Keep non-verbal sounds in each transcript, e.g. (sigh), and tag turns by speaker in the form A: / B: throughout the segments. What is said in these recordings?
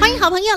A: 欢迎好朋友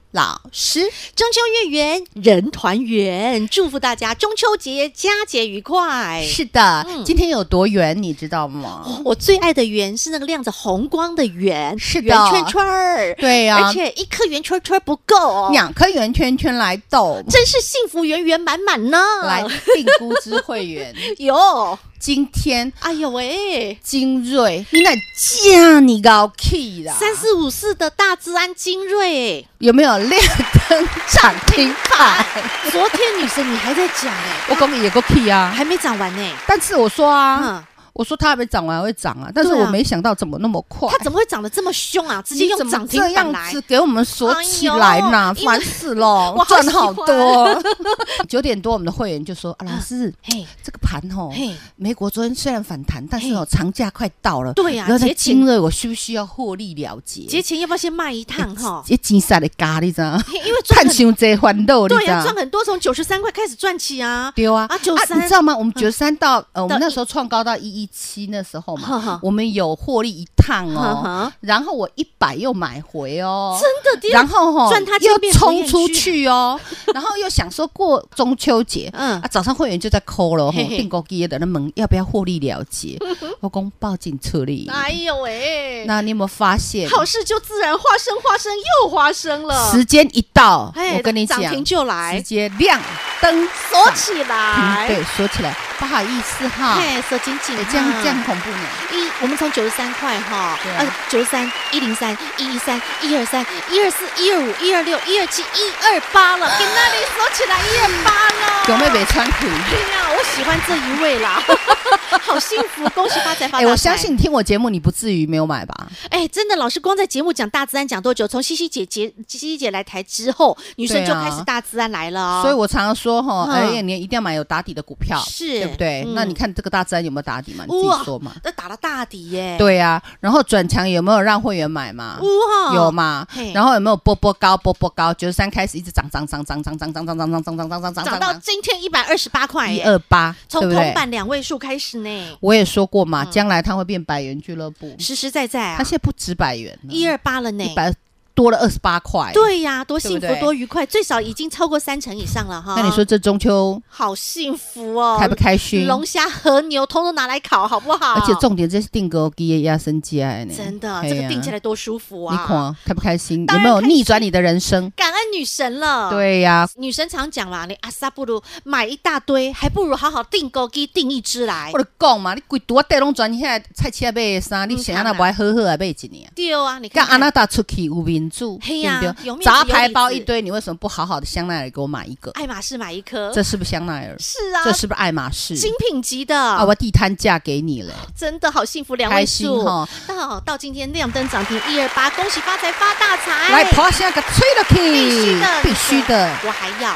B: 老师。
A: 中秋月圆，人团圆，祝福大家中秋节佳节愉快。
B: 是的，
A: 嗯哦
B: 今天有多圆你知道吗？
A: 我最爱的圆是那个亮着红光的啊圆，
B: 是的
A: 圆圈圈儿。
B: 对呀、
A: 而且一颗圆圈圈不够哦，
B: 两颗圆圈圈来斗，
A: (laughs) 真是幸福圆圆满满呢。
B: 来定估值会
A: (laughs)
B: 员，
A: 哟，
B: 今天
A: 哎呦喂！
B: 精锐，你那价你高 key 啦，
A: 三四五四的大治安精锐，
B: 啊有没有亮灯涨停板？
A: (laughs) 昨天女神你还在讲哎、
B: 我讲也够 key 啊，
A: 还没讲完呢、
B: 但是我说啊。
A: 嗯，
B: 我说它还没涨完会涨啊，但是
A: 对啊
B: 我没想到怎么那么快，
A: 它怎么会涨得这么凶啊？直接
B: 哦你怎
A: 用
B: 么
A: 涨停
B: 这
A: 板
B: 样
A: 来
B: 子，给我们锁起来
A: 哎
B: 呐，
A: 呦
B: 烦死 (laughs) 了
A: 我好，
B: 赚
A: 喜
B: 好
A: 欢
B: 多。 (laughs) 九点多我们的会员就说啊，老
A: 嗯
B: 师，
A: 嘿，
B: 这个盘哦，
A: 嘿，
B: 美国昨天虽然反弹，但是
A: 嘿
B: 哦，长假快到了，
A: 对呀
B: 然后
A: 节
B: 在
A: 前
B: 今日我需不需要获利了结？
A: 节前要不要先卖一
B: 哎
A: 趟哈？
B: 这金赛的咖喱知道 (laughs) 吗？
A: 嘿因为赚
B: 看
A: 很
B: 伤这欢乐，你
A: 对
B: 知
A: 呀、
B: 道
A: 赚
B: 吗？
A: 很多，从九十三块开始赚起
B: (laughs)
A: 啊。
B: 对啊，
A: 啊93
B: 你知道吗？我们九三到呃，我们
A: 到
B: 那
A: 一
B: 时候创高到一一七那时候
A: 呵呵
B: 嘛，我们有获利一趟
A: 呵
B: 哦。
A: 呵
B: 然后我一百又买回
A: (laughs)
B: 哦，
A: 真的，第二
B: 然后吼、
A: 赚它就变
B: 又冲
A: 成园
B: 出
A: 区 (laughs)
B: 去哦，然后又想说过中秋节。
A: 嗯
B: 啊，，早上会员就在抠了吼，
A: 嘿嘿
B: 订购业的那门要不要获利了
A: (laughs)
B: 结？我公报警处理。
A: 哎呦喂，
B: 那你有没有发现，
A: 好事就自然发生，发生又发生了。
B: 时间一到，
A: 哎
B: 我跟你讲，
A: 涨停就
B: 直
A: 来，
B: 接亮灯
A: 锁
B: 涨
A: 起
B: 停，
A: 来，
B: 嗯对，锁起来，不好意思哈，哎
A: 嘿，锁紧紧啊，
B: 这样这样很恐怖呢。
A: 一，我们从九十三块哈，
B: 对
A: 呃，九十三、一零三、一一三、一二三、一二四、一二五、一二六、一二七、一二八了，给那里锁起来一二八了。
B: 有没有被穿裤？
A: 对呀、我喜欢这一位啦， (laughs) 好幸福，恭喜发财发大
B: 哎，
A: 财！
B: 我相信，你听我节目，你不至于没有买吧？
A: 哎，真的，老师光在节目讲大自然讲多久？从西西姐姐、西西姐来台之后，女生
B: 对
A: 就
B: 啊
A: 开始大自然来了哦、
B: 所以我常常说哈，
A: 嗯
B: 哎呀，你一定要买有打底的股票，
A: 是
B: 对不对？
A: 嗯
B: 那你看这个大自然有没有打底嘛？你自己说嘛。
A: 那打了大底耶，，
B: 对呀、然后转强有没有让会员买嘛？
A: 哇，
B: 有？嘛
A: 嘿？
B: 然后有没有波波高波波高？九十三开始一直涨涨涨涨涨涨涨涨涨涨涨涨涨涨涨
A: 涨到
B: 涨
A: 今天一百二十八块
B: 一
A: 耶，
B: 二八，
A: 从
B: 对不
A: 铜
B: 对？
A: 板两位数开始呢，
B: 我也说过嘛，
A: 嗯
B: 将来它会变百元俱乐部，
A: 实实在在啊。
B: 它现在不止百元了，
A: 一二八了呢。
B: 嗯一百多了二十八块。，
A: 对呀、多幸福
B: 对不对
A: 多愉快，最少已经超过三成以上了哈。
B: 那你说这中秋
A: 好幸福哦，
B: 开不开心？
A: 龙虾、和牛通通拿来烤，好不好？
B: 而且重点这是定格给也压身家的呢，
A: 啊真的，
B: 嘿
A: 这个
B: 呀
A: 定起来多舒服
B: 你
A: 啊！
B: 啊看开不开心？
A: 当然
B: 有没有
A: 开心啊
B: 逆转你的人生？
A: 感恩女神了。。
B: 对呀、
A: 女神常讲啦，你阿萨不如买一大堆，还不如好好订购给订一只来
B: 我。就讲嘛，你规拄啊带拢转起来菜市啊买的衫，你
A: 嗯
B: 想
A: 当然
B: 那不爱好好啊买一年？
A: 对啊，你
B: 跟
A: 看看
B: 安娜达出去有民主，
A: 嘿
B: 对
A: 呀
B: 不
A: 有面子
B: 对？杂牌包
A: 有里
B: 一
A: 子
B: 堆，你为什么不好好的香奈儿给我买一个？
A: 爱马仕买一颗，
B: 这是不是香奈儿？
A: 是啊
B: 这，是不是爱马仕？
A: 精品级的，
B: 啊，我地摊价给你了，
A: 真的好幸福，两位
B: 开心
A: 数。
B: 哈！
A: 到到今天亮灯涨停一二八，恭喜发财发大财！
B: 来，爬下个吹了
A: 哎须
B: 去
A: 的，
B: 必须的，
A: 我还要，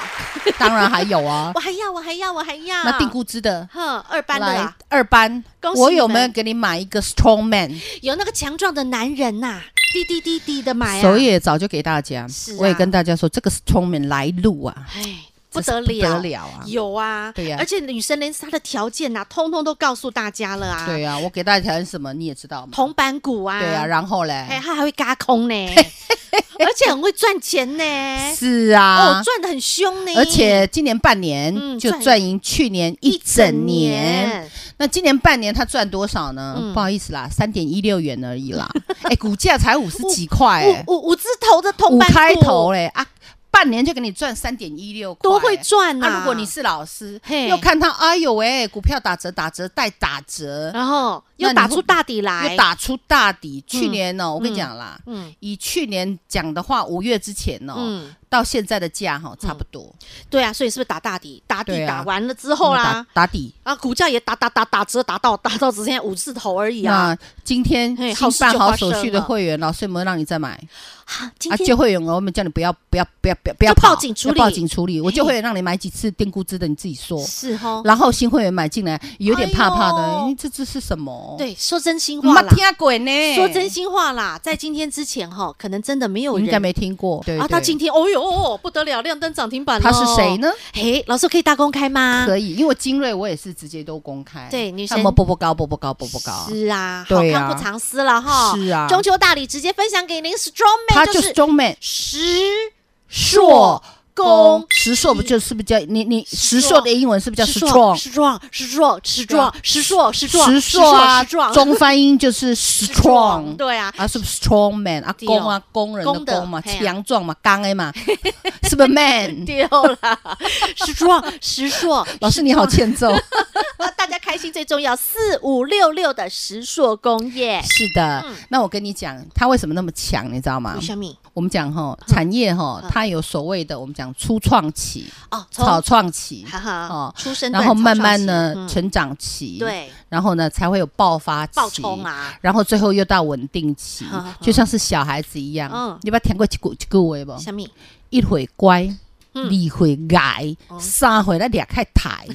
B: 当然还有
A: (laughs)
B: 啊
A: 我，还要，我还要，我还要。
B: 那定估值的。
A: 哼，二班的啊
B: 来
A: 啦，
B: 二班
A: 恭，喜
B: 我
A: 你
B: 有没有
A: 们
B: 给你买一个 strong man？
A: 有那个强壮的男人呐、滴滴滴滴的买啊，
B: 手也早就给大家
A: 是啊，
B: 我也跟大家说，这个 strong man 来路啊，
A: 哎，不
B: 这是
A: 得了，
B: 不得了啊！
A: 有啊，
B: 对呀
A: 而且女生连她的条件呐、通通都告诉大家了啊，
B: 对啊，我给大家条件什么你也知道嘛，
A: 铜板股啊，
B: 对啊，然后
A: 哎，
B: 嘞，
A: 她还会嘎空呢，
B: (laughs)
A: 而且很会赚钱呢，
B: 是
A: 哦
B: 啊，，
A: 赚的很凶呢，
B: 而且今年半年
A: 嗯
B: 就
A: 赚
B: 赚赢去年一整年，，那今年半年他赚多少呢
A: 嗯？
B: 不好意思啦，三点一六元而已
A: (laughs)
B: 啦，哎，股价才五十几块，哎
A: 五五五字头的铜
B: 五
A: 板股，
B: 开头嘞啊，半年就给你赚三点一六块，
A: 多会赚呐、
B: 啊！如果你是老师
A: 嘿，
B: 又看他，哎呦喂，股票打折打折再打折，
A: 然后又
B: 那你
A: 打
B: 会
A: 出大底来，
B: 又打出大底。去年呢、我
A: 哎
B: 跟
A: 嗯
B: 你讲啦，
A: 嗯
B: 以去年讲的话，五月之前呢、哦
A: 嗯，
B: 到现在的价哈差不多，
A: 对啊，所以是不是打大底？打
B: 对
A: 底
B: 啊
A: 打完了之后啦、
B: 打打底。
A: 啊，股价也打打打打折，打到打到只剩下五字头而已啊！
B: 那今天
A: 嘿好
B: 新
A: 事
B: 办
A: 就
B: 好
A: 发
B: 手
A: 生
B: 续的
A: 了
B: 会员，哦老师有没有让你再买？
A: 啊，今
B: 啊，
A: 天、
B: 旧会员我们叫你不要不要不要不要不要
A: 就报
B: 跑
A: 警
B: 要
A: 处
B: 报
A: 理
B: 警处理。我旧会员让你买几次定估值的，你自己说。
A: 是哦，
B: 然后新会员买进来有点怕怕的，
A: 哎呦
B: 因为这这是什么？，
A: 对，说真心话
B: 没
A: 啦，
B: 听过呢。
A: 说真，心话啦，在今天之前哈，可能真的没有
B: 应该
A: 人。
B: 没听过。对
A: 啊，到今
B: 对
A: 天，哦呦，不得了，亮灯涨停板了。
B: 他是谁？呢？
A: 嘿，老师可以大公开吗？
B: 可以，啊因为精锐我也是直接都公开。
A: 啊对女
B: 他
A: 生
B: 们波波高，波波高，波波高。
A: 是啊，好
B: 对啊
A: 看不藏私了哈。
B: 是啊
A: 中秋大礼直接分享给您，Strong Man
B: 他
A: 就
B: 就是
A: 是
B: strongman
A: 石
B: 硕
A: 公
B: 石硕不就是不叫你你
A: 石
B: 石
A: 硕
B: 硕的英文是不是叫 strong？
A: 石壮，石壮，石壮，石硕，石壮，
B: 石硕啊，
A: 石壮，
B: 中翻英就是
A: 石壮
B: strong。
A: 对啊，
B: 啊，是不是 strong man 啊，
A: 对哦
B: 工啊，工人的
A: 工的
B: 工嘛，
A: 嘿啊
B: 强壮嘛，刚
A: (laughs)
B: 的嘛，是不是 man？
A: 丢
B: (laughs)
A: 了，石壮，石硕，
B: 老师你好欠揍。
A: 啊， (laughs) 大家开心最重要。四五六六的石硕工业，
B: 是的，
A: 嗯
B: 那我跟你讲，它为什么那么强，你知道吗
A: 吴？小米
B: 我们讲哈，产业哈
A: 嗯，
B: 它有所谓的，我们讲初创期、
A: 哦，从
B: 草创期，
A: 哈哈
B: 哦
A: 出生段
B: 然后慢慢
A: 草创
B: 呢
A: 期
B: 成长期，
A: 嗯，对
B: 然后呢才会有爆发期，
A: 爆冲啊，
B: 然后最后又到稳定期
A: 好好好，
B: 就像是小孩子一样
A: 嗯，
B: 你有没有听过一句一句话不？
A: 小米
B: 一会乖，
A: 嗯
B: 二会矮
A: 哦，
B: 三会那俩开
A: (laughs)
B: 台。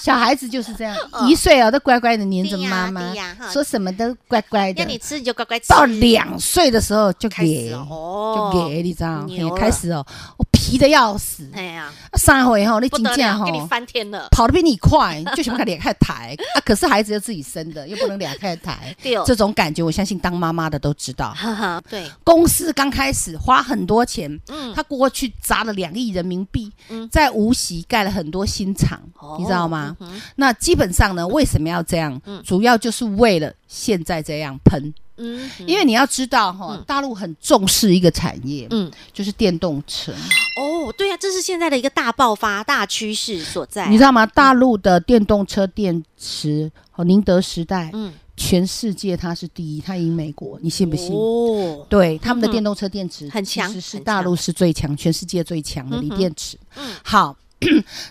B: 小孩子就是这样
A: 嗯，
B: 一岁啊都乖乖的黏着
A: 对呀
B: 妈妈
A: 对呀哈，
B: 说什么都乖乖
A: 要你
B: 的。
A: 吃你就乖乖吃，
B: 到两岁的时候就
A: 开始
B: 给，
A: 了
B: 就
A: 哦，
B: 给你知道？
A: 牛
B: 嘿
A: 了
B: 开始哦，我皮的要死，
A: 哎呀，
B: 啊三回吼，你
A: 不
B: 真
A: 得
B: 正
A: 了，
B: 哦
A: 给你
B: 吼。
A: 翻天了，
B: 跑得比你快，就想把脸开台啊！可是孩子又自己生的，又不能脸开台，
A: 对哦
B: 这种感觉我相信当妈妈的都知道。
A: 哈哈，对，
B: 公司刚开始花很多钱，
A: 嗯
B: 他过去砸了两亿人民币，
A: 嗯
B: 在无锡盖了很多新厂，
A: 哦
B: 你知道吗？
A: 嗯哼
B: 那基本上呢，为什么要这样？
A: 嗯
B: 主要就是为了现在这样喷，
A: 嗯哼，
B: 因为你要知道哈、
A: 嗯
B: 大陆很重视一个产业，
A: 嗯，
B: 就是电动车，
A: 哦，对呀，这是现在的一个大爆发、大趋势所在，
B: 你知道吗？大陆的电动车电池，哦，宁德时代，
A: 嗯，
B: 全世界它是第一，它赢美国，你信不信？
A: 哦，
B: 对，他们的
A: 嗯
B: 电动车电池
A: 很
B: 其
A: 强
B: 实是
A: 很
B: 大
A: 强
B: 陆是最强，全世界最强的锂电池。
A: 嗯
B: 好， (clears throat)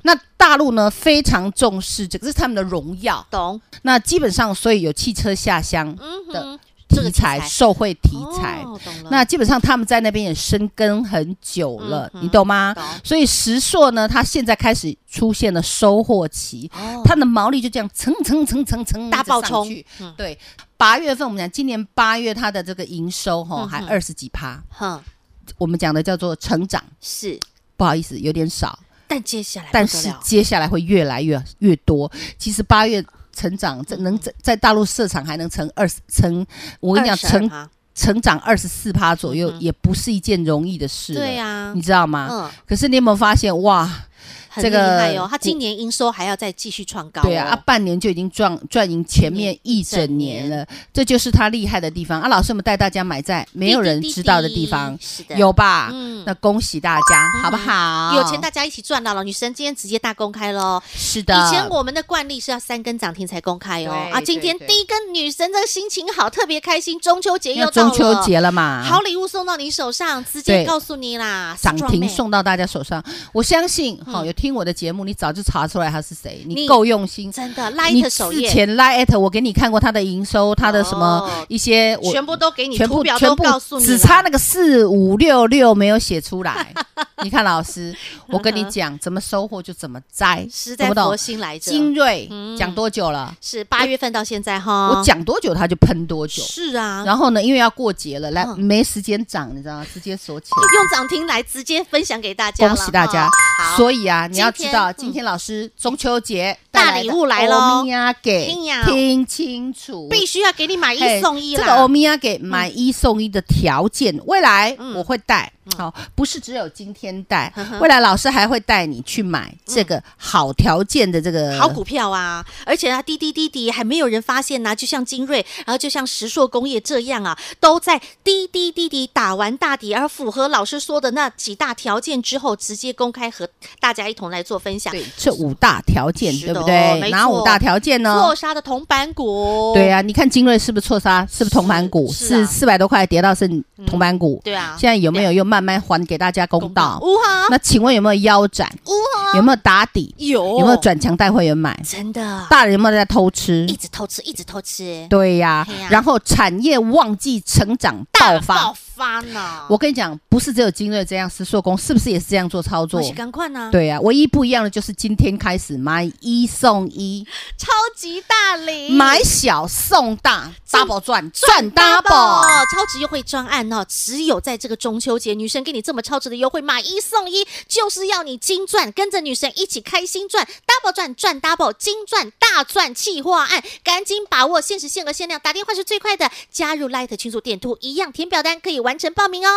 B: 那大陆呢非常重视这个，这是他们的荣耀。
A: 懂，
B: 那基本上，所以有汽车下乡
A: 嗯哼
B: 的，
A: 这个
B: 题
A: 题
B: 材、
A: 材
B: 受惠题材。
A: 哦懂了，
B: 那基本上他们在那边也深耕很久了，
A: 嗯哼
B: 你懂吗？
A: 懂
B: 所以石硕呢，它现在开始出现了收获期，
A: 哦
B: 它的毛利就这样蹭蹭蹭蹭蹭
A: 大
B: 一直
A: 爆
B: 上
A: 冲
B: 去
A: 嗯
B: 对，八月份我们讲今年八月它的这个营收哈、
A: 嗯
B: 还
A: 哼
B: 二十几趴，
A: 哼
B: 我们讲的叫做成长，
A: 是，
B: 不好意思有点少，
A: 但接下来
B: 但
A: 不得
B: 是
A: 了
B: 接下来会越来越越多。其实八月成长，这
A: 嗯
B: 能在在大陆市场还能成二十成，我跟你讲，
A: 22
B: 成
A: 吗
B: 成长二十四趴左右
A: 嗯，哼
B: 也不是一件容易的事了。
A: 对呀
B: 你，知道吗？
A: 嗯，
B: 可是你有没有发现哇？
A: 很
B: 这
A: 厉
B: 个
A: 害哦，他
B: 股
A: 今年营收还要再继续创高哦，
B: 对啊，啊，半年就已经赚赚赢前面一整年了，这就是他厉害的地方啊！老师，我们带大家买在没有人知道的地方
A: 滴滴滴，滴是的，
B: 有吧？
A: 嗯
B: 那恭喜大家，好不好？
A: 有钱大家一起赚了，老女生今天直接大公开喽。
B: 是的，
A: 以前我们的惯例是要三根涨停才公开哦，
B: 对
A: 啊，今天
B: 对对
A: 第一根女神这个心情好，特别开心，中秋节
B: 因
A: 又
B: 为
A: 到
B: 中
A: 了，
B: 秋节了嘛，
A: 好礼物送到你手上，直接
B: 对
A: 告诉你啦，
B: 涨
A: Strong
B: 停
A: man
B: 送到大家手上。我相信，好、
A: 嗯
B: 有听我的节目，你早就查出来他是谁，
A: 你
B: 你够用心。
A: 真的拉一
B: 你
A: 的首
B: 之
A: 页，
B: 前 lie at 我给你看过他的营收，他的什
A: 哦
B: 么一些我
A: 全部都给你，
B: 全
A: 图
B: 部
A: 表
B: 全
A: 都
B: 部
A: 告诉你啦，
B: 只差那个四五六六没有写
A: (laughs)
B: 出来。你看老师，我跟你讲，怎么收获就怎么摘，
A: 实
B: 懂
A: 在
B: 不
A: 佛
B: 懂？
A: 心来着。
B: 精锐
A: 嗯哦
B: 讲多久了？
A: 是八月份到现在哈，
B: 我讲多久他就喷多久。
A: 是啊，
B: 然后呢，因为要过节了，来
A: 嗯
B: 没时间涨，你知道吗？直接锁起来。
A: 用涨停来直接分享给大家了，
B: 恭喜大家
A: 哈好，！
B: 所以啊，你要
A: 今天
B: 知道，
A: 嗯
B: 今天老师中秋节
A: 大
B: 带的
A: 礼物来咯
B: 欧米亚给
A: 听呀
B: 听清楚，
A: 必须要给你买一
B: 嘿
A: 送一
B: 这
A: 啦。嗯
B: 个欧米亚给买一送一的条件，未来我会带。好，不是只有今天带
A: 呵呵，
B: 未来老师还会带你去买这个好条件的这个
A: 好股票啊，而且啊，滴滴滴滴还没有人发现呐、啊就像精锐，然后就像石硕工业这样啊，都在滴滴滴滴打完大底，而符合老师说的那几大条件之后，直接公开和大家一同来做分享。
B: 对，这五大条件
A: 是
B: 对
A: 的哦
B: 不对？
A: 没
B: 哪五
A: 错
B: 大条件呢
A: 错？杀的铜板股，
B: 对啊，你看精锐是不是错杀？是不是铜板股？
A: 哦是是啊
B: 是四百多块跌到剩铜板股。
A: 对哦啊，
B: 现在有没有又慢慢还给大家公道？
A: 乌哈
B: 那请问有没有腰斩？
A: 乌哈
B: 有没有打底？
A: 有
B: 有没有？转强带会员买？
A: 真的，
B: 大人有没有在偷吃
A: 一？直偷吃，一直偷吃，
B: 对呀
A: 嘿呀，
B: 然后产业旺季成长爆发
A: 爆。发呢！
B: 我跟你讲，不是只有精锐这样，石塑工是不是也是这样做操作
A: 我？是赶快呢，
B: 对呀，唯一不一样的就是今天开始买一送一，
A: 超级大礼
B: 买小送大
A: 真
B: ，double 赚赚 double。
A: double 超值优惠专案哦，只有在这个中秋节，女神给你这么超值的优惠，买一送一，就是要你金赚，跟着女神一起开心赚，double 赚赚 double，金赚大赚企划案，赶紧把握限时限额限量，打电话是最快的，加入 Light 群组点图一样填表单可以完成报名哦。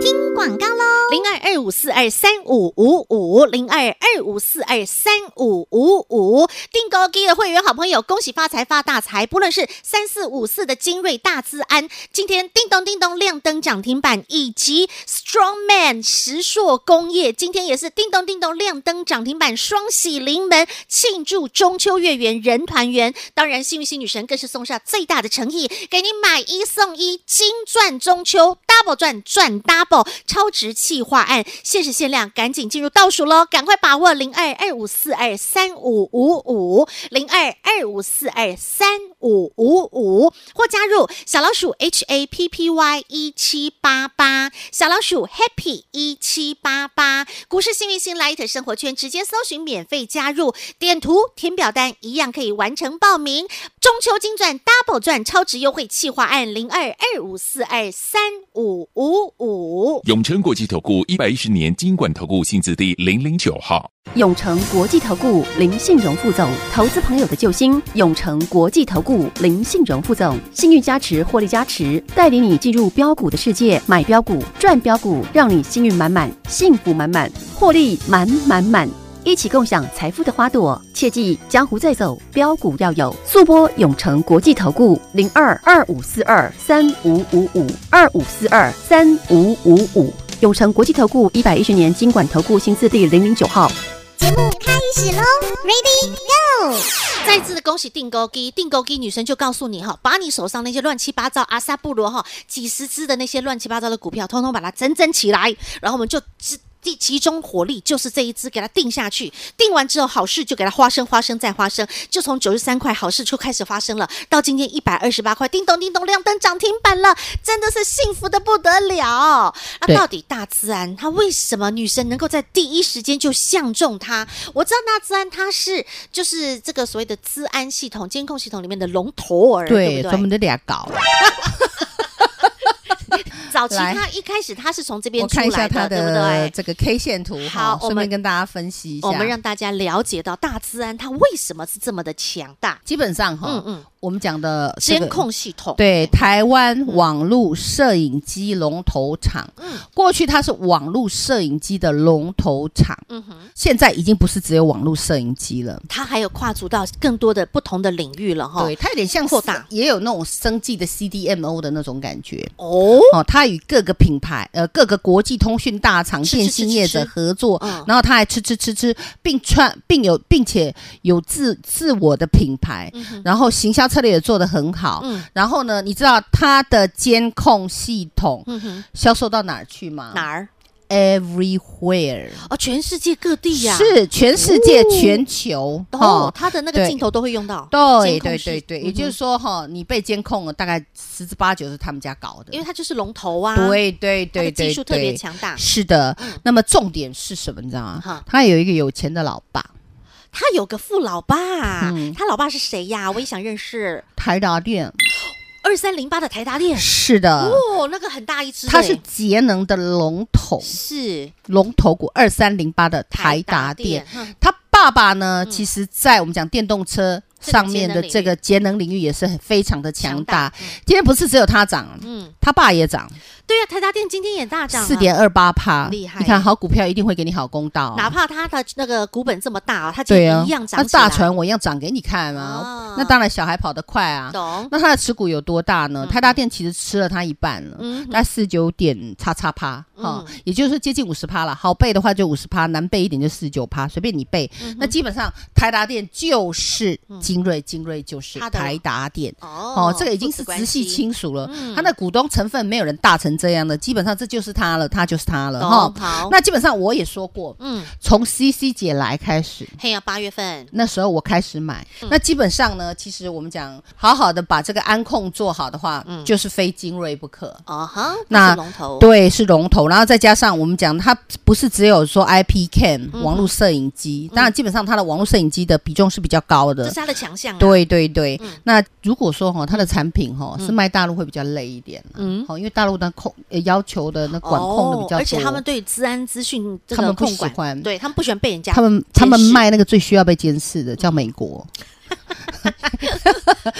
A: 听广告喽，零二二五四二三五五五，零二二五四二三五五五。订购给的会员好朋友，恭喜发财发大财！不论是三四五四的精锐大资安，今天叮咚叮咚亮灯涨停板，以及 Strongman 石硕工业，今天也是叮咚叮咚亮灯涨停板，双喜临门，庆祝中秋月圆人团圆。当然，幸运星女神更是送上最大的诚意，给你买一送一，金赚中秋，double 赚赚 double，超值企划案，限时限量，赶紧进入倒数喽！赶快把握零二二五四二三五五五零二二五四二三五五五，或加入小老鼠 H A P P Y 一七八八，小老鼠 Happy 一七八八，股市幸运星 Light 生活圈直接搜寻免费加入，点图填表单一样可以完成报名。中秋金钻 Double 钻超值优惠企划案零二二五四二三五五五。
C: 永诚国际投顾一百一十年金管投顾新字第零零九号。
D: 永诚国际投顾林信荣副总，投资朋友的救星。永诚国际投顾林信荣副总，幸运加持，获利加持，带领你进入标股的世界，买标股，赚标股，让你幸运满满，幸福满满，获利满满满。一起共享财富的花朵，切记江湖再走，标股要有。速播永诚国际投顾零二二五四二三五五五二五四二三五五五。永诚国际投顾一百一十年经管投顾新字第零零九号。
A: 再次的恭喜订购机，订购机女生就告诉你哈，把你手上那些乱七八糟阿萨布罗哈几十只的那些乱七八糟的股票，通通把它整整起来，然后我们就集集集中火力，就是这一只给它定下去。定完之后，好事就给它花生花生再花生，就从九十三块好事就开始发生了，到今天一百二十八块，叮咚叮咚亮灯涨停板了，真的是幸福的不得了。那
B: 对
A: 到底大自然它为什么女神能够在第一时间就相中它？我知道大自然它是就是这个所谓的治安系统、监控系统里面的龙头儿，对不
B: 对，专
A: 对
B: 门？的俩搞。
A: 早期
B: 来
A: 它一开始它是从这边
B: 我
A: 出
B: 看一下
A: 来
B: 它
A: 的，对不对？
B: 这个 K 线图
A: 好
B: 哈，
A: 我
B: 顺
A: 们
B: 便跟大家分析一下。
A: 我们让大家了解到大自然它为什么是这么的强大。
B: 基本上哈，
A: 嗯嗯，
B: 我们讲的这个
A: 监控嗯系统，
B: 对台湾网络摄影机龙头厂，
A: 嗯
B: 过去它是网络摄影机的龙头厂，
A: 嗯哼，
B: 现在已经不是只有网络摄影机了。
A: 它还有跨足到更多的不同的领域了哈。
B: 对，它有点像
A: 哦扩大
B: 也有那种生计的 CDMO 的那种感觉
A: 哦，
B: 哦。它与各个品牌、呃各个国际通讯大厂、
A: 吃
B: 电信业
A: 吃吃
B: 者
A: 吃
B: 合作
A: 嗯，
B: 然后它还吃吃吃吃，并创并有并且有自自我的品牌，然后行销策略也做得很好。
A: 嗯
B: 然后呢，你知道它的监控系统
A: 嗯哼，
B: 销售到哪儿去吗？
A: 哪儿？
B: ？Everywhere，
A: 哦，全世界各地呀、
B: 是全世界、全球
A: 哦，它的那个
B: 对
A: 镜头都会用到，
B: 对
A: 监控
B: 对
A: 系
B: 对对，
A: 嗯
B: 也就是
A: 哼
B: 说哈，你被监控了，大概十之八九是他们家搞的。
A: 因为它就是龙头啊，，
B: 对对
A: 它的
B: 对对，
A: 技术特别
B: 对。
A: 强大。嗯
B: 是的，那么重点是什么？你知道
A: 哈
B: 吗？他有一个有钱的老爸，
A: 他有个富老爸，
B: 嗯
A: 他老爸是谁呀？我也想认识。
B: 台达电。
A: 二三零八的台达电，
B: 是的，
A: 哦，那个很大一只欸，
B: 它是节能的龙头，
A: 是
B: 龙头股二三零八的台达电。
A: 哼
B: 他爸爸呢，其实在我们讲电动车上面的这
A: 嗯这个节能领域
B: 个节能领域也是很非常的强大。
A: 强大
B: 今天不是只有它涨，
A: 嗯，
B: 他爸也涨，
A: 对啊，台达电今天也大涨啊
B: 四，点二八帕，
A: 厉害
B: 你看好股票一定会给你好公道、啊
A: 哪怕它的那个股本这么大啊，它今
B: 哦对
A: 天
B: 啊
A: 一样，
B: 那
A: 涨起来。
B: 大船我一样涨给你看啊
A: 哦。
B: 那当然，小孩跑得快啊。
A: 懂，
B: 那它的持股有多大呢？台达电其实吃了它一半了，
A: 嗯
B: 大概四九点叉叉趴哈，也就是说接近五十趴了。好背的话就五十趴，难背一点就四十九趴，随便你背。
A: 嗯
B: 那基本上台达电就是精锐，精锐就是
A: 它的
B: 台达电。
A: 哦
B: 哦，这个已经是直系。
A: 父子关系嗯
B: 亲属了，它的股东成分没有人大成这样的，基本上这就是它了，它就是它了
A: 懂
B: 哈。
A: 好
B: 那基本上我也说过，
A: 嗯，
B: 从 CC 姐来开始，
A: 嘿呀，八月份，
B: 那时候我开始买，
A: 嗯
B: 那基本上呢，其实我们讲好好的把这个安控做好的话，
A: 嗯
B: 就是非精锐不可。
A: 哦哈，
B: 那
A: 它是龙头，
B: 对，是龙头，然后再加上我们讲，它不是只有说 IP cam、网
A: 嗯
B: 络摄影机，当然基本上它的网络摄影机的比重是比较高
A: 这
B: 的
A: 是。它的强项啊。
B: 对对对，那如果说哈，它的产品哈
A: 嗯
B: 是卖大陆会比较累一点，嗯，好，因为大陆的控呃要求的那管控的比较多，
A: 哦而且他们对治安资讯这
B: 他
A: 个
B: 们不
A: 控
B: 喜欢
A: 管，对他们不喜欢被人家
B: 他们他们卖那个最需要被监视的叫美国，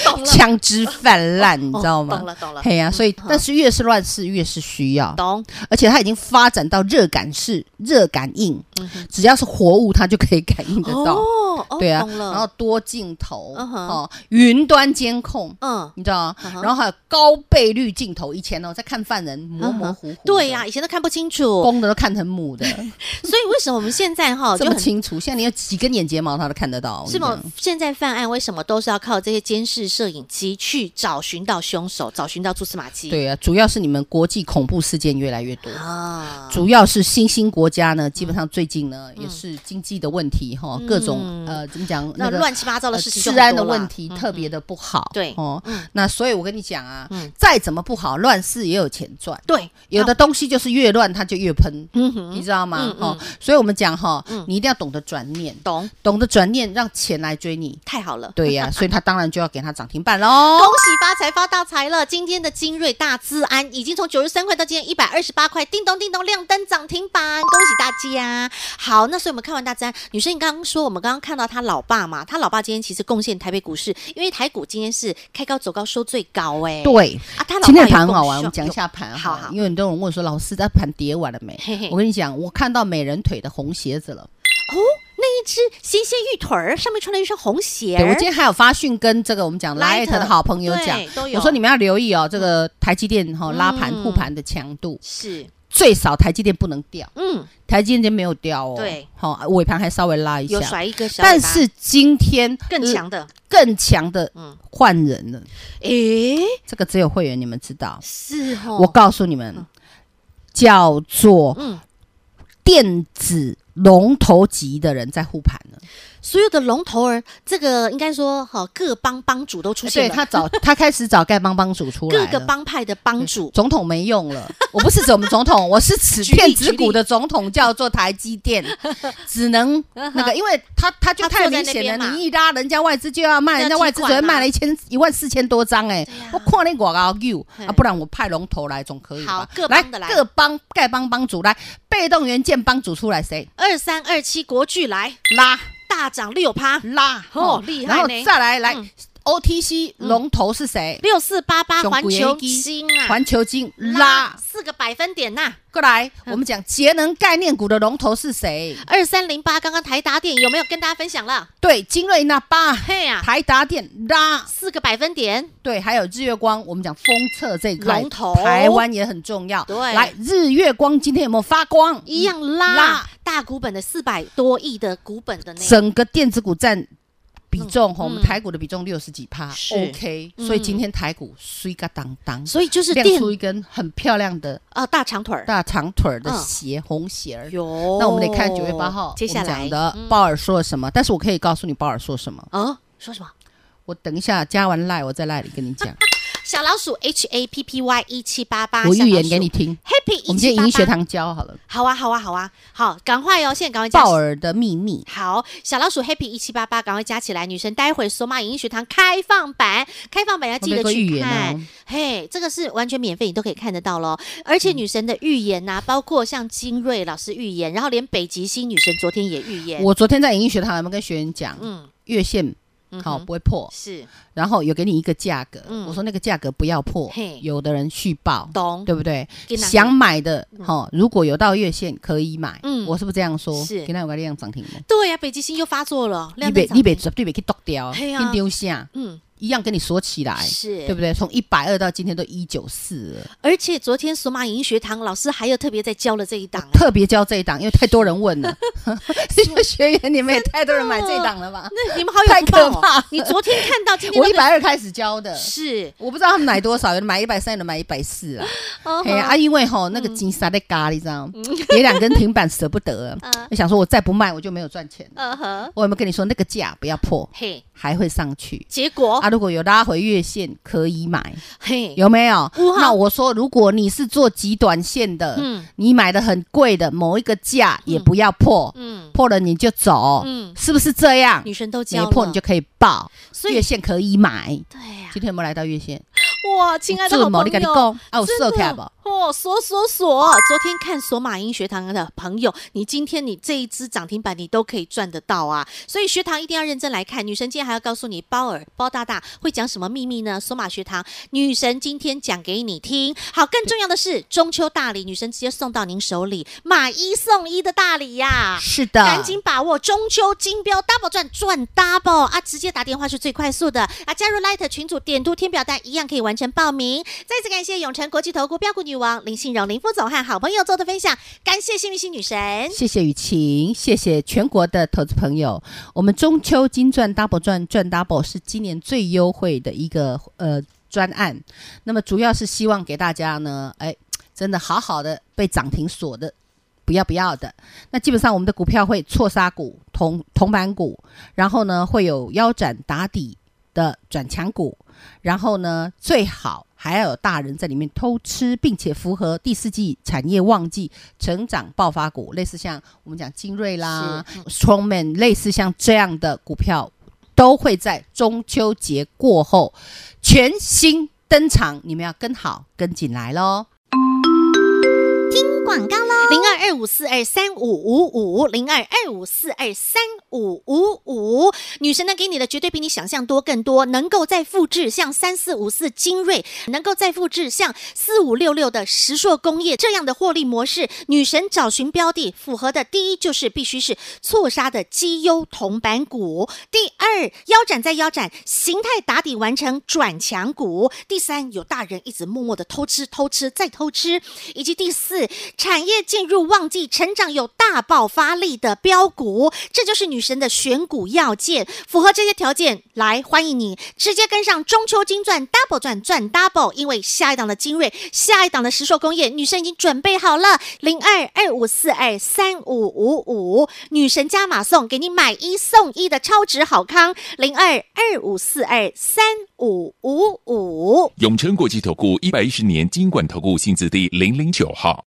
A: 懂了，
B: 枪支泛滥，你知道
A: 哦懂
B: 吗？
A: 了懂了
B: 嘿呀，所以
A: 好
B: 但是越是乱世越是需要，
A: 懂，
B: 而且它已经发展到热感式、热感应，只要是活物它就可以感应得到，
A: 嗯哦哦
B: 对啊，
A: 懂了，
B: 然后多镜头
A: 嗯哼
B: 哦，云端监控。
A: 嗯。
B: 你知道吗
A: 嗯哼
B: 然后还有高倍率镜头，以前呢、哦、在看犯人模模糊糊的，
A: 嗯对呀、以前都看不清楚，
B: 公的都看成母的，
A: 所以为什么我们现在哈
B: 这
A: 哦就
B: 么
A: 很
B: 清楚。现在你有几根眼睫毛，他都看得到。我跟
A: 是
B: 你讲
A: 吗？现在犯案为什么都是要靠这些监视摄影机去找寻到凶手，找寻到蛛丝马迹？
B: 对啊，主要是你们国际恐怖事件越来越多。
A: 啊，
B: 主要是新兴国家呢，基本上最近呢、也是经济的问题哈，各种
A: 嗯
B: 呃怎么讲
A: 那
B: 个
A: 乱七八糟的
B: 呃
A: 事情就
B: 治
A: 很多嗯啦，
B: 安的问题特别的不好，
A: 对
B: 哦
A: 嗯，
B: 那所以我跟你讲啊
A: 嗯，
B: 再怎么不好，乱世也有钱赚。
A: 对，
B: 有的东西就是越乱它就越喷，
A: 嗯哼，
B: 你知道吗
A: 嗯？
B: 哦，所以我们讲哈，你一定要懂得转念，
A: 懂，
B: 懂得转念，让钱来追你。
A: 太好了。
B: 对呀，所以他当然就要给他涨停板喽
A: (laughs) 恭。喜发财发大财了！今天的精锐大资安已经从九十三块到今天一百二十八块，叮咚叮咚亮灯涨停板，恭喜大家！好，那所以我们看完大资安，女生你刚刚说我们刚刚看到她老爸嘛，她老爸今天其实贡献台北股市，因为台股今天是开高走高收最高哎、
B: 对，
A: 啊，她老爸
B: 今天的
A: 有
B: 盘很
A: 贡
B: 好玩，我们
A: 献
B: 讲一下
A: 有
B: 盘
A: 好
B: 好
A: 好
B: 了，因为很多人问说老师，那盘跌完了没
A: 嘿嘿？
B: 我跟你讲，我看到美人腿的红鞋子了。
A: 哦，那一只纤纤玉腿儿上面穿了一双红鞋儿，
B: 对，我今天还有发讯跟这个我们讲
A: Light，
B: Light 的好朋友讲
A: 对都，有
B: 我说你们要留意哦，这个台积电哈、
A: 嗯
B: 拉盘护盘的强度，
A: 是
B: 最少台积电不能掉，
A: 嗯，
B: 台积电今天没有掉哦，
A: 对，
B: 好、尾盘还稍微拉一
A: 有
B: 下。
A: 甩一个小尾巴，
B: 但是今天
A: 更
B: 呃
A: 强的，
B: 更强的
A: 嗯
B: 换人了，
A: 诶、
B: 这个只有会员你们知道。
A: 是哦，
B: 我告诉你们，叫做
A: 嗯。
B: 电子龙头级的人在护盘了。
A: 嗯所有的龙头儿，这个应该说哈，各帮帮主都出
B: 对
A: 现了，
B: 他找他开始找丐帮帮主出来
A: 各
B: 了，
A: 个帮派的帮主。
B: 总统没用了，我不是指我们总统，我是指
A: 举例
B: 骗子股的总统叫做台积
A: (laughs)
B: 电，只能那个，因为他他就
A: 嗯他坐在
B: 太明
A: 那
B: 显
A: 边
B: 了，
A: 嘛
B: 你一拉人家外资就要
A: 要
B: 卖，人家
A: 提
B: 外资昨
A: 款
B: 天
A: 啊
B: 卖了一千一万四千多张哎、
A: 呀
B: 我看你广告 you
A: 嘿
B: 啊，不然我派龙头来总可以
A: 好
B: 吧？
A: 各帮的来
B: 各帮丐帮帮主来，被动元件帮主出来谁
A: 二三二七国巨来
B: 嗯拉嗯
A: 大涨六趴，
B: 拉
A: 哦厉害
B: 然后
A: 呢
B: 再来来
A: 嗯
B: OTC 龙头是谁？
A: 六四八八
B: 熊
A: 环
B: 谷
A: 球
B: 元基
A: 金啊，
B: 环球金拉
A: 四个百分点呐、
B: 过来，
A: 嗯
B: 我们讲节能概念股的龙头是谁？
A: 二三零八刚刚台达电有没有跟大家分享了？
B: 对，精锐那八，
A: 嘿啊呀、
B: 台达电拉，
A: 四个百分点，
B: 对，还有日月光，我们讲封测这一块，
A: 龙头
B: 台湾也很重要。
A: 对
B: 来，日月光今天有没有发光？
A: 一样拉,、
B: 拉
A: 大股本的四百多亿的股本的那
B: 整个电子股占比重，吼我们
A: 嗯
B: 台股的比重六十几趴
A: 是
B: ，OK，
A: 嗯
B: 所以今天台股碎个当当，
A: 所以就是
B: 亮
A: 电
B: 出一根很漂亮的
A: 啊、大长腿儿。
B: 大长腿儿的
A: 嗯
B: 鞋，红鞋儿。
A: 有
B: 那我们得看九月八号
A: 嗯接下
B: 我
A: 来嗯
B: 们讲的鲍尔说了什么，但是我可以告诉你鲍尔说什么。
A: 哦，说什么？
B: 我等一下加完赖，我再赖里跟你讲，
A: 小老鼠 H A P P Y 一七八八，
B: 我预言给你听。
A: Happy
B: 我
A: 一
B: 们今
A: 七
B: 天
A: 八
B: 影音
A: 八，
B: 学堂教好了，
A: 好啊，好啊，好啊，好，赶快哦，现在赶快加
B: 鲍。尔的秘密。
A: 好，小老鼠 Happy 一七八八，赶快加起来！女神，待会索马影音学堂开放版，开放版要记得
B: 我们有个预
A: 去
B: 言
A: 看。
B: 哦
A: 嘿，这个是完全免费，你都可以看得到喽。而
B: 嗯
A: 且女神的预言呐、包括像精锐老师预言，然后连北极星女神昨天也预言。
B: 我昨天在影音学堂，我们跟学员讲，
A: 嗯
B: 月线
A: 嗯
B: 好、
A: 哼
B: 不会破。
A: 是
B: 然后有给你一个价格，
A: 嗯
B: 我说那个价格不要破
A: 嘿，
B: 有的人续报，
A: 懂
B: 对不对？
A: 给哪个
B: 想买的哈、齁如果有到月线可以买，
A: 嗯
B: 我是不是这样说？
A: 是
B: 给那有个量涨停吗？
A: 对啊呀，北极星又发作了，
B: 你
A: 亮
B: 别
A: 灯涨
B: 你别
A: 停
B: 绝对别去剁掉，
A: 嘿
B: 跟
A: 啊
B: 丢下，
A: 嗯，
B: 一样跟你锁起来，
A: 是
B: 哎对不对？从一百二到今天都一九四，
A: 而且昨天索马影音学堂老师还有特别在教了这一档欸，
B: 特别教这一档，因为太多人问
A: (laughs)
B: 了，这个学员你们也太多人买这一档了吧？
A: 那你们好有
B: 太
A: 福报
B: 可
A: 哦
B: 怕了
A: 你昨天看到，今天
B: 我
A: 都
B: 一百二开始教的，
A: 是，
B: 我不知道他们买多少，有的买一百三，有的买一百四啊。
A: 哦
B: 哎呀，啊，因为吼那个
A: 嗯
B: 金沙在咖喱上，有两根停板舍不得啊
A: (laughs) 嗯，
B: 我想说我再不卖我就没有赚钱。
A: 嗯哼，
B: 我有没有跟你说那个价不要破，
A: 嘿，
B: 还会上去
A: 结果
B: 啊？如果有拉回月线可以买，
A: 嘿，
B: 有没有？
A: 哇
B: 那我说，如果你是做极短线的，
A: 嗯
B: 你买的很贵的某一个价也不要破，
A: 嗯，
B: 破了你就走，
A: 嗯
B: 是不是这样？
A: 女生都
B: 哦没
A: 教了，
B: 破你就可以报，
A: 所以
B: 月线可以买。
A: 对啊呀，
B: 今天有没有来到月线？
A: 哇，亲爱的
B: 做
A: 好
B: 某
A: 朋
B: 你跟你
A: 友
B: 讲。啊，我
A: 真
B: 售价
A: 的
B: 不？
A: 哦，锁锁锁！昨天看索马英学堂的朋友，你今天你这一支涨停板你都可以赚得到啊！所以学堂一定要认真来看。女神今天还要告诉你，包尔包大大会讲什么秘密呢？索马学堂女神今天讲给你听。好，更重要的是中秋大礼，女神直接送到您手里，买一送一的大礼呀、
B: 是的，
A: 啊赶紧把握中秋金标 double 赚赚 double 啊！直接打电话是最快速的啊！加入 Light 群组，点图填表单一样可以完成报名。再次感谢永诚国际投顾标股女王林信荣林副总和好朋友做的分享，感谢幸运星女神。
B: 谢谢雨晴，谢谢全国的投资朋友。我们中秋金钻 double 赚赚 double 是今年最优惠的一个呃专案，那么主要是希望给大家呢，哎，真的好好的被涨停锁的。不要不要的，那基本上我们的股票会错杀股、同同板股，然后呢会有腰斩打底的转强股，然后呢最好还要有大人在里面偷吃，并且符合第四季产业旺季成长爆发股，类似像我们讲精锐啦、Strongman，类似像这样的股票，都会在中秋节过后全新登场，你们要跟好跟紧来喽。
A: 广告喽，零二二五四二三五五五，零二二五四二三五五五。女神呢给你的绝对比你想象多更多，能够再复制像三四五四精锐，能够再复制像四五六六的石硕工业这样的获利模式。女神找寻标的符合的第一就是必须是错杀的绩优铜板股，第二腰斩再腰斩，形态打底完成转强股，第三有大人一直默默的偷吃偷吃再偷吃，以及第四产业进入旺季，成长有大爆发力的标股，这就是女神的选股要件。符合这些条件，来欢迎你直接跟上中秋金钻 double 赚赚 double，因为下一档的精锐，下一档的石硕工业，女神已经准备好了，零二二五四二三五五五，女神加码送给你买一送一的超值好康，零二二五四二三五五五。
C: 永诚国际投顾一百一十年金管投顾性质第零零九号。